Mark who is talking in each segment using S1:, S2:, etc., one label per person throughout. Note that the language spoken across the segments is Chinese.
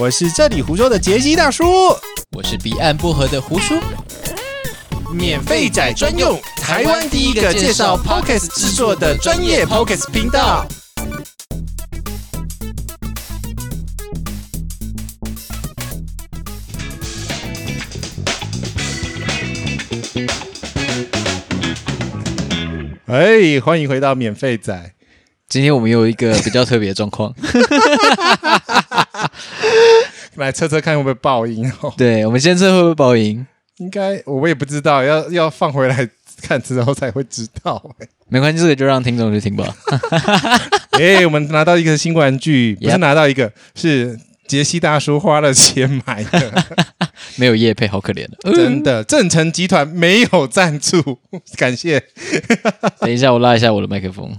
S1: 我是这里胡说的杰西大叔，
S2: 我是彼岸薄荷的胡叔，
S1: 免费仔专用，台湾第一个介绍 Podcast 制作的专业 Podcast 频道。哎，欢迎回到免费仔。
S2: 今天我们有一个比较特别的状况，
S1: 来测测看会不会爆音哦。
S2: 对我们先测会不会爆音，
S1: 应该我也不知道，要要放回来看之后才会知道、欸。
S2: 没关系，这个就让听众去听吧。
S1: 哎、我们拿到一个新玩具，不是
S2: Yep
S1: 拿到一个，是杰西大叔花了钱买的，
S2: 没有夜配，好可怜的。
S1: 真的。正成集团没有赞助，感谢
S2: 等一下，我拉一下我的麦克风。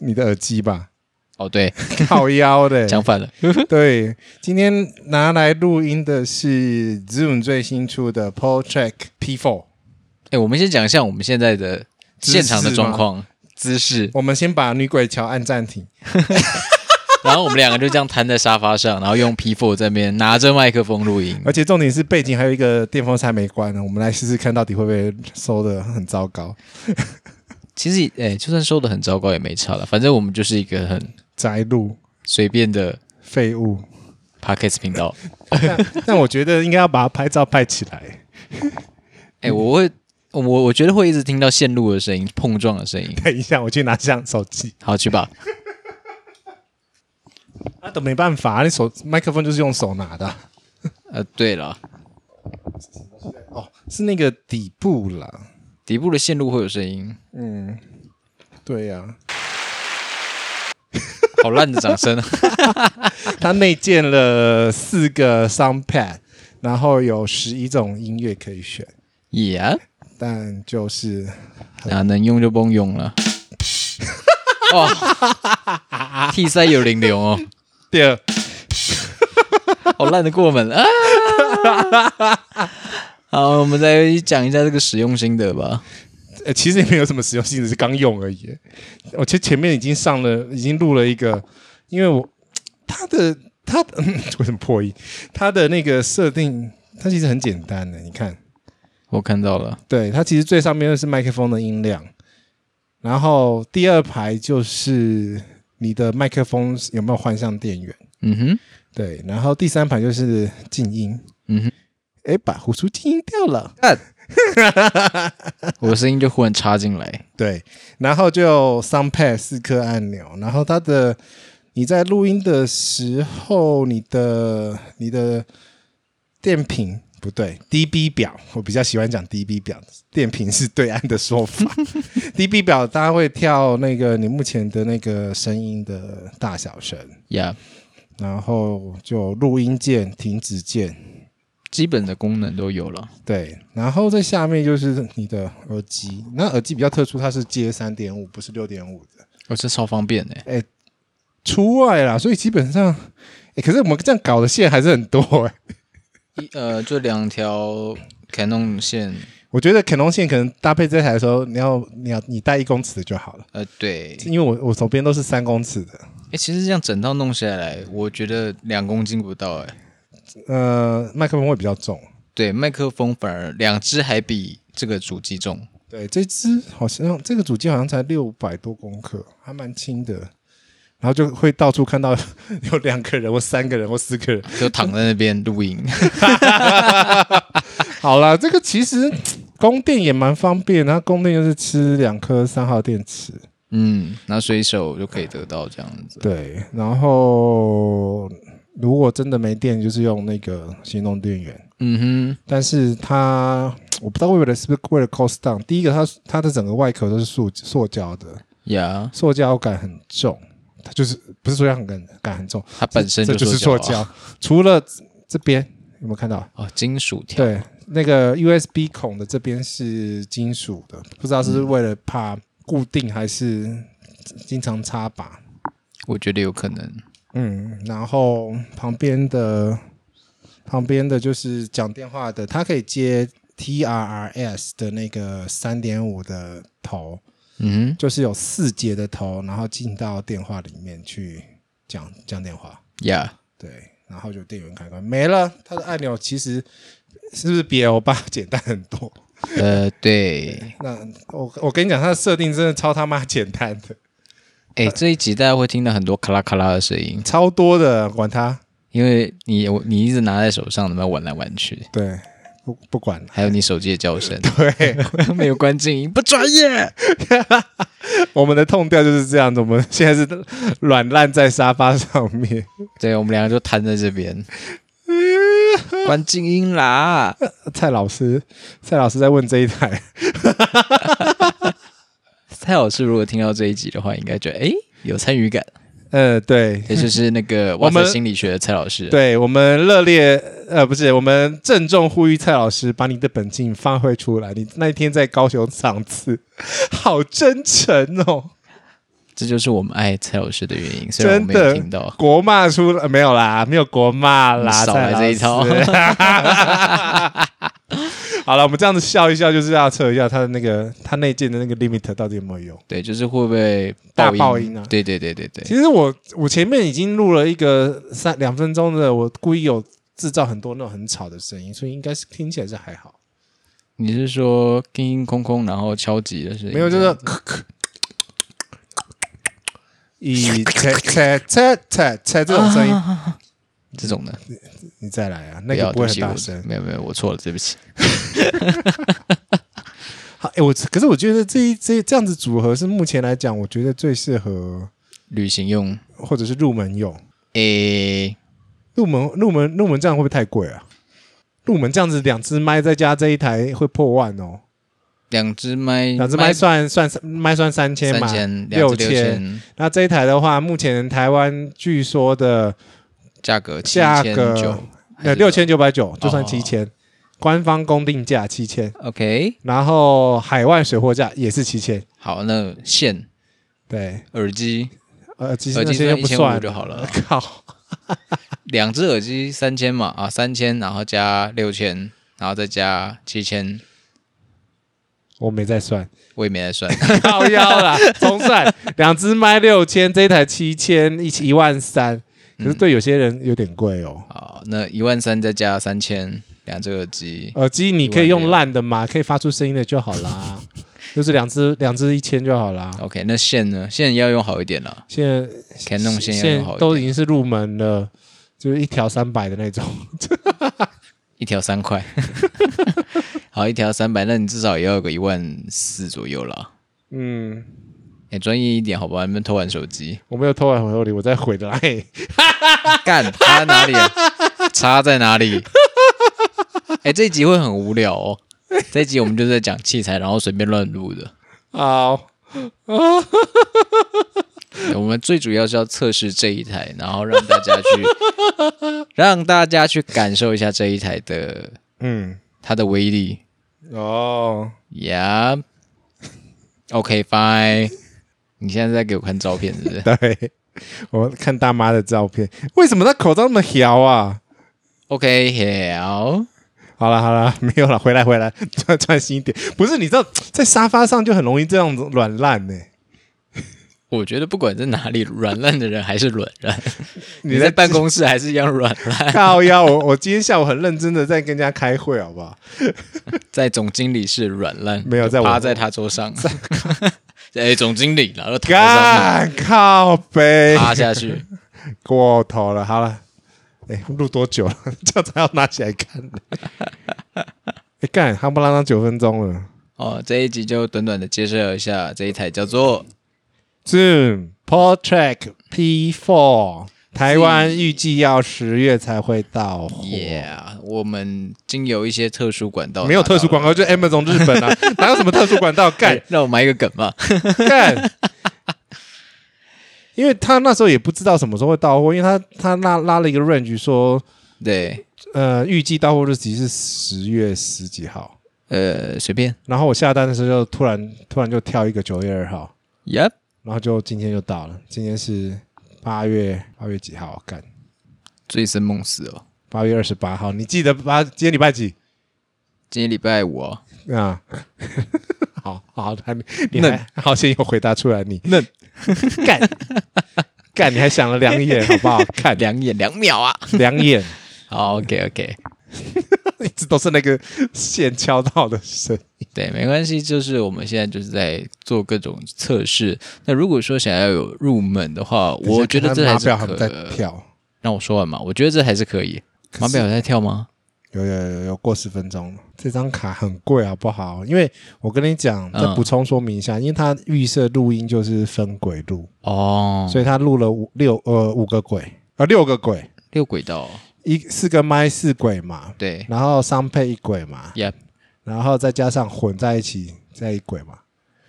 S1: 你的耳机吧，
S2: 哦，对，
S1: 靠腰 的、
S2: 讲反了。
S1: 对，今天拿来录音的是 Zoom 最新出的 Pro Track P4。
S2: 哎，我们先讲一下我们现在的
S1: 姿势
S2: 现场的状况、姿势，
S1: 我们先把女鬼桥按暂停。
S2: 然后我们两个就这样瘫在沙发上，然后用 P4 这边拿着麦克风录音。
S1: 而且重点是背景还有一个电风扇没关啊呢，我们来试试看到底会不会收的很糟糕。
S2: 其实，哎，就算收的很糟糕也没差了，反正我们就是一个很
S1: 宅录
S2: 随便的
S1: 废物，
S2: Podcast 频道。
S1: 但我觉得应该要把它拍照拍起来。
S2: 哎，我会，我我觉得会一直听到线路的声音、碰撞的声音。
S1: 等一下，我去拿相手机。
S2: 好，去吧。
S1: 那、啊都没办法，你手麦克风就是用手拿的啊。
S2: 呃，对了，
S1: 哦，是那个底部啦。
S2: 底部的线路会有声音，
S1: 嗯，对呀、
S2: 好烂的掌声啊！
S1: 它内建了四个 sound pad，然后有十一种音乐可以选，
S2: yeah，
S1: 但就是
S2: 哪能用就甭用了。哇，替塞有零流哦，
S1: 第二
S2: 好烂的过门啊！好，我们再讲一下这个使用心得吧。
S1: 呃，其实也没有什么实用性，只是刚用而已。我其实前面已经上了，已经录了一个，因为我它的它 的、为什么破译？它的那个设定，它其实很简单的。你看，
S2: 我看到了，
S1: 对，它其实最上面就是麦克风的音量，然后第二排就是你的麦克风有没有换向电源，
S2: 嗯哼，
S1: 对，然后第三排就是静音。
S2: 嗯哼
S1: 哎，把胡叔静音掉了。
S2: 我的声音就忽然插进来。
S1: 对，然后就 Sound Pad 四颗按钮，然后它的你在录音的时候，你的你的电瓶不对，dB 表，我比较喜欢讲 dB 表，电瓶是对岸的说法，dB 表它会跳那个你目前的那个声音的大小声，
S2: 呀、
S1: 然后就录音键、停止键，
S2: 基本的功能都有了。
S1: 对，然后在下面就是你的耳机，那耳机比较特殊，它是接三点五，不是六点五的。
S2: 哦，这超方便哎、
S1: 除外啦，所以基本上，诶可是我们这样搞的线还是很多欸诶，
S2: 一呃，就两条 Canon 线，
S1: 我觉得肯龙线可能搭配这台的时候，你要你要你带一公尺的就好了，
S2: 呃，对，
S1: 因为我我手边都是三公尺的，
S2: 哎、其实这样整套弄下来，我觉得两公斤不到哎、
S1: 呃，麦克风会比较重。
S2: 对，麦克风反而两只还比这个主机重。
S1: 对，这只好像这个主机好像才六百多公克，还蛮轻的。然后就会到处看到 有两个人或三个人或四个人。
S2: 就躺在那边录音，
S1: 好啦，这个其实供电也蛮方便，然后供电就是吃两颗三号电池。
S2: 嗯，拿随手就可以得到这样子。
S1: 对，然后如果真的没电，就是用那个行动电源。
S2: 嗯哼，
S1: 但是它我不知道为了是不是为了 cost down，第一个它它的整个外壳都是塑塑胶的，
S2: 呀，
S1: 塑胶感很重，它就是不是塑胶感感很重，
S2: 它本身
S1: 这就是塑
S2: 塑胶啊
S1: 胶。除了这边有没有看到？
S2: 哦，金属条。
S1: 对，那个 USB 孔的这边是金属的，不知道是
S2: 嗯
S1: 为了怕固定还是经常插拔。
S2: 我觉得有可能。
S1: 嗯，然后旁边的旁边的就是讲电话的，它可以接 TRRS 的那个三点五的头，
S2: 嗯哼
S1: 就是有四节的头，然后进到电话里面去讲讲电话。
S2: 呀
S1: 对，然后就电源开关没了，它的按钮其实是不是比 L 八简单很多？
S2: 呃，对，
S1: 那我我跟你讲，它的设定真的超他妈简单的，
S2: 哎，这一集大家会听到很多咔啦咔啦的声音，
S1: 超多的，管它。
S2: 因为你我你一直拿在手上，那么玩来玩去，
S1: 对，不不管了。
S2: 还有你手机的叫声，
S1: 对，
S2: 没有关静音，不专业。
S1: 我们的痛调就是这样子。我们现在是软烂在沙发上面，
S2: 对我们两个就瘫在这边，关静音啦。
S1: 蔡老师，蔡老师在问这一台，
S2: 蔡老师如果听到这一集的话，应该觉得哎有参与感，
S1: 呃，对，
S2: 也就是那 个
S1: 我
S2: 哇
S1: 们
S2: 塞心理学的蔡老师。
S1: 对我们热烈呃，不是，我们郑重呼吁蔡老师把你的本性发挥出来。你那一天在高雄场次， 好真诚哦，
S2: 这就是我们爱蔡老师的原因，虽然我没
S1: 真
S2: 有
S1: 的
S2: 听到。
S1: 国骂出来没有啦，没有国骂啦，
S2: 哦你少
S1: 蔡
S2: 来
S1: 老
S2: 这一套
S1: 师。 好了，我们这样子笑一笑，就是要测一下他的那个他内建的那个 limit 到底有没有用。
S2: 对，就是会不会
S1: 大
S2: 音？
S1: 爆音啊
S2: 对对对对对，
S1: 其实我我前面已经录了一个三两分钟的，我故意有制造很多那种很吵的声音，所以应该是听起来是还好。
S2: 你是说叮叮空空，然后敲击的是？
S1: 没有，就是以切切切切切这种声音，
S2: 这种的，
S1: 你再来啊，那
S2: 不
S1: 个
S2: 要
S1: 不会
S2: 对
S1: 很
S2: 起
S1: 大
S2: 我
S1: 声。
S2: 没有没有，我错了，对不起。
S1: 好，哎，我可是我觉得这一这这样子组合是目前来讲，我觉得最适合
S2: 旅行用
S1: 或者是入门用。
S2: 诶，
S1: 入门入门入门这样会不会太贵啊？入门这样子两只麦再加这一台会破万哦，
S2: 两只麦，
S1: 两只麦算算麦算三千
S2: 三
S1: 嘛，
S2: 千，
S1: 六
S2: 两只六
S1: 千
S2: 千，
S1: 那这一台的话，目前台湾据说的
S2: 价格七
S1: 价
S2: 千
S1: 格
S2: 九，
S1: 呃六千九百九就算
S2: 哦
S1: 七千，官方公定价七千，
S2: OK，
S1: 然后海外水货价也是七千，
S2: 好，那线
S1: 对，
S2: 耳机
S1: 呃，其实
S2: 耳
S1: 那
S2: 机
S1: 些
S2: 算
S1: 又
S2: 一
S1: 不
S2: 千五
S1: 算，
S2: 就好了，
S1: 靠，
S2: 两只耳机三千嘛啊，三千，然后加六千，然后再加七千，
S1: 我没在算，
S2: 我也没来算，
S1: 靠腰啦，重算，两只麦六千，这一台七千，一一万三，可
S2: 嗯
S1: 是对有些人有点贵哦。
S2: 好，那一万三再加三千，两只耳机，
S1: 耳机你可以用烂的嘛，可以发出声音的就好啦，就是两只两只一千就好啦。
S2: OK，那线呢？线要用好一点了
S1: 现在
S2: ，Canon 线要
S1: 现
S2: 用好一
S1: 都已
S2: 点，
S1: 经是入门了，就是一条三百的那种。
S2: 一条 三块，好，一条三百，那你至少也要有个一万四左右了。
S1: 嗯，
S2: 哎，专业一点好吧，你们偷玩手机，
S1: 我没有偷完回头礼，我再回来。
S2: 干差哪里、啊？差在哪里？ 哎，这一集会很无聊哦。这一集我们就是在讲器材，然后随便乱录的。
S1: 好，
S2: 对我们最主要是要测试这一台，然后让大家去让大家去感受一下这一台的
S1: 嗯，
S2: 它的威力。
S1: 哦，
S2: Yeah. OK, fine. 你现在在给我看照片是 不是
S1: 对，我看大妈的照片，为什么她口罩那么小啊？
S2: ？OK, yeah.
S1: 好了好了， 没有了，回来回来，穿穿新一点。不是，你知道在沙发上就很容易这样子软烂呢、
S2: 我觉得不管在哪里，软烂的人还是软烂。
S1: 你
S2: 你在办公室还是一样软烂，
S1: 靠腰，我我今天下午很认真的在跟人家开会，好不好？
S2: 在总经理室软烂，
S1: 没有在我
S2: 趴在他桌上。哎，总经理，然后躺在
S1: 干靠背
S2: 上面趴下去。
S1: 过头了，好了，哎，录多久了？ 这样才要拿起来看呢。哎，干，夯不啷当九分钟了。
S2: 哦，这一集就短短的介绍一下这一台叫做
S1: Zoom Portrait P4，台湾预计要十月才会到货。
S2: Yeah，我们经由一些特殊管道，
S1: 没有特殊广告，就 Amazon 日本啊，哪有什么特殊管道？干
S2: 哎，让我埋一个梗嘛。
S1: 干。因为他那时候也不知道什么时候会到货，因为他他拉拉了一个 range 说，
S2: 对，
S1: 呃，预计到货日期是十月十几号。
S2: 呃，随便。
S1: 然后我下单的时候就突然突然就跳一个九月二号，
S2: Yep。
S1: 然后就今天就到了。今天是八月八月几号？干，
S2: 醉生梦死哦。
S1: 八月二十八号。你记得八？今天礼拜几
S2: 今天礼拜五哦，
S1: 啊？ 好好，还没你还好，先有回答出来你
S2: 嫩
S1: 干干，你还想了两 眼，好不好？看
S2: 两眼两秒啊。
S1: 两眼，
S2: 好，OK OK，
S1: 一直都是那个线敲到的声音。
S2: 对，没关系，就是我们现在就是在做各种测试。那如果说想要有入门的话，我觉得这还
S1: 马
S2: 是
S1: 表还
S2: 可
S1: 在跳，
S2: 让我说完嘛，我觉得这还是可以。
S1: 可
S2: 马
S1: 是
S2: 表有在跳吗？
S1: 有有有有过十分钟了，这张卡很贵好不好？因为我跟你讲，再
S2: 嗯
S1: 补充说明一下，因为它预设录音就是分轨录，
S2: 哦，
S1: 所以它录了五六呃五个轨呃六个轨，
S2: 六轨道，哦
S1: 一四个麦四轨嘛，
S2: 对
S1: 然后商配一轨嘛，
S2: ，Yep
S1: 然后再加上混在一起再一轨嘛，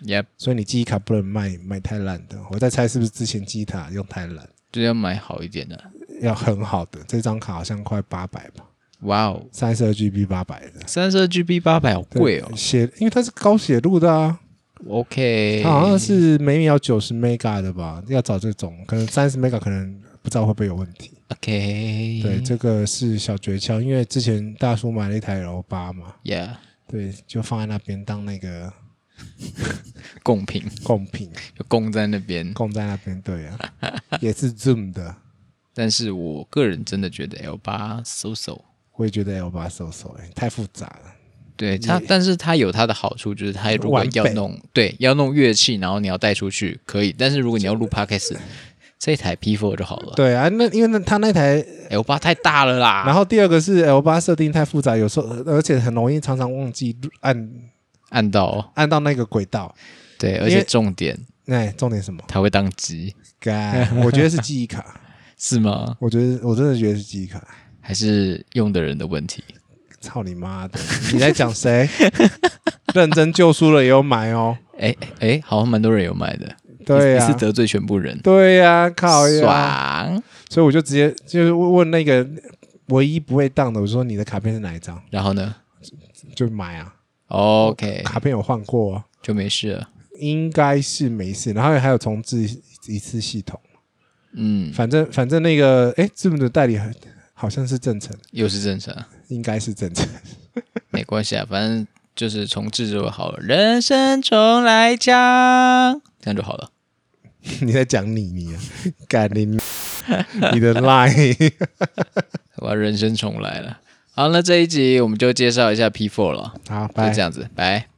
S2: Yep，
S1: 所以你记忆卡不能卖卖太烂的。我在猜是不是之前记忆卡用太烂，
S2: 就要买好一点的。
S1: 要很好的。这张卡好像快八百吧，
S2: 哇哦，
S1: 三十二 GB 八百的，
S2: 三十二 GB 八百好贵哦
S1: 对。写因为它是高写入的啊。
S2: OK，
S1: 它好像是每秒九十 mega 的吧？要找这种，可能三十 mega 可能不知道会不会有问题。
S2: OK，
S1: 对，这个是小诀窍，因为之前大叔买了一台 L 八嘛，
S2: ，Yeah，
S1: 对，就放在那边当那个
S2: 贡品
S1: 贡品，
S2: 就供在那边。
S1: 供在那边。对啊，也是 Zoom 的，
S2: 但是我个人真的觉得 L 八 so so，
S1: 我也觉得 L 八收手哎，太复杂了。
S2: 对它，但是它有它的好处，就是它如果
S1: 完
S2: 要
S1: 备
S2: 弄对要弄乐器，然后你要带出去可以，但是如果你要录 podcast，这 台 P4 就好了。
S1: 对啊，那因为那他那台，
S2: L 八太大了啦，
S1: 然后第二个是 L 八设定太复杂，有时候而且很容易常常忘记按
S2: 按到哦
S1: 按到那个轨道。
S2: 对，而
S1: 因
S2: 且
S1: 为
S2: 重点
S1: 哎，重点什么？
S2: 它会宕机，
S1: 干，我觉得是记忆卡，
S2: 是吗？
S1: 我觉得我真的觉得是记忆卡。
S2: 还是用的人的问题？
S1: 操你妈 的！你在讲谁？认真救书了也有买哦。
S2: 哎哎，好像蛮多人有买的，
S1: 对
S2: 你
S1: 呀、
S2: 你是得罪全部人，
S1: 对啊呀、靠呀！
S2: 爽。
S1: 所以我就直接就是问那个唯一不会当的，我说你的卡片是哪一张，
S2: 然后呢
S1: 就买啊。
S2: ？OK，
S1: 卡片有换过、啊，
S2: 就没事了。
S1: 应该是没事。然后还有重置一次系统，
S2: 嗯，
S1: 反正反正那个哎，字母的代理很好像是正成，
S2: 又是正常，
S1: 应该是正成。
S2: 没关系啊，反正就是重置就好了。人生重来讲，这样就好了。
S1: 你在讲你你啊，干你 你的 line。
S2: 我要人生重来了。好，那这一集我们就介绍一下 P4 了，
S1: 好，
S2: 就
S1: 拜
S2: 这。样子，拜。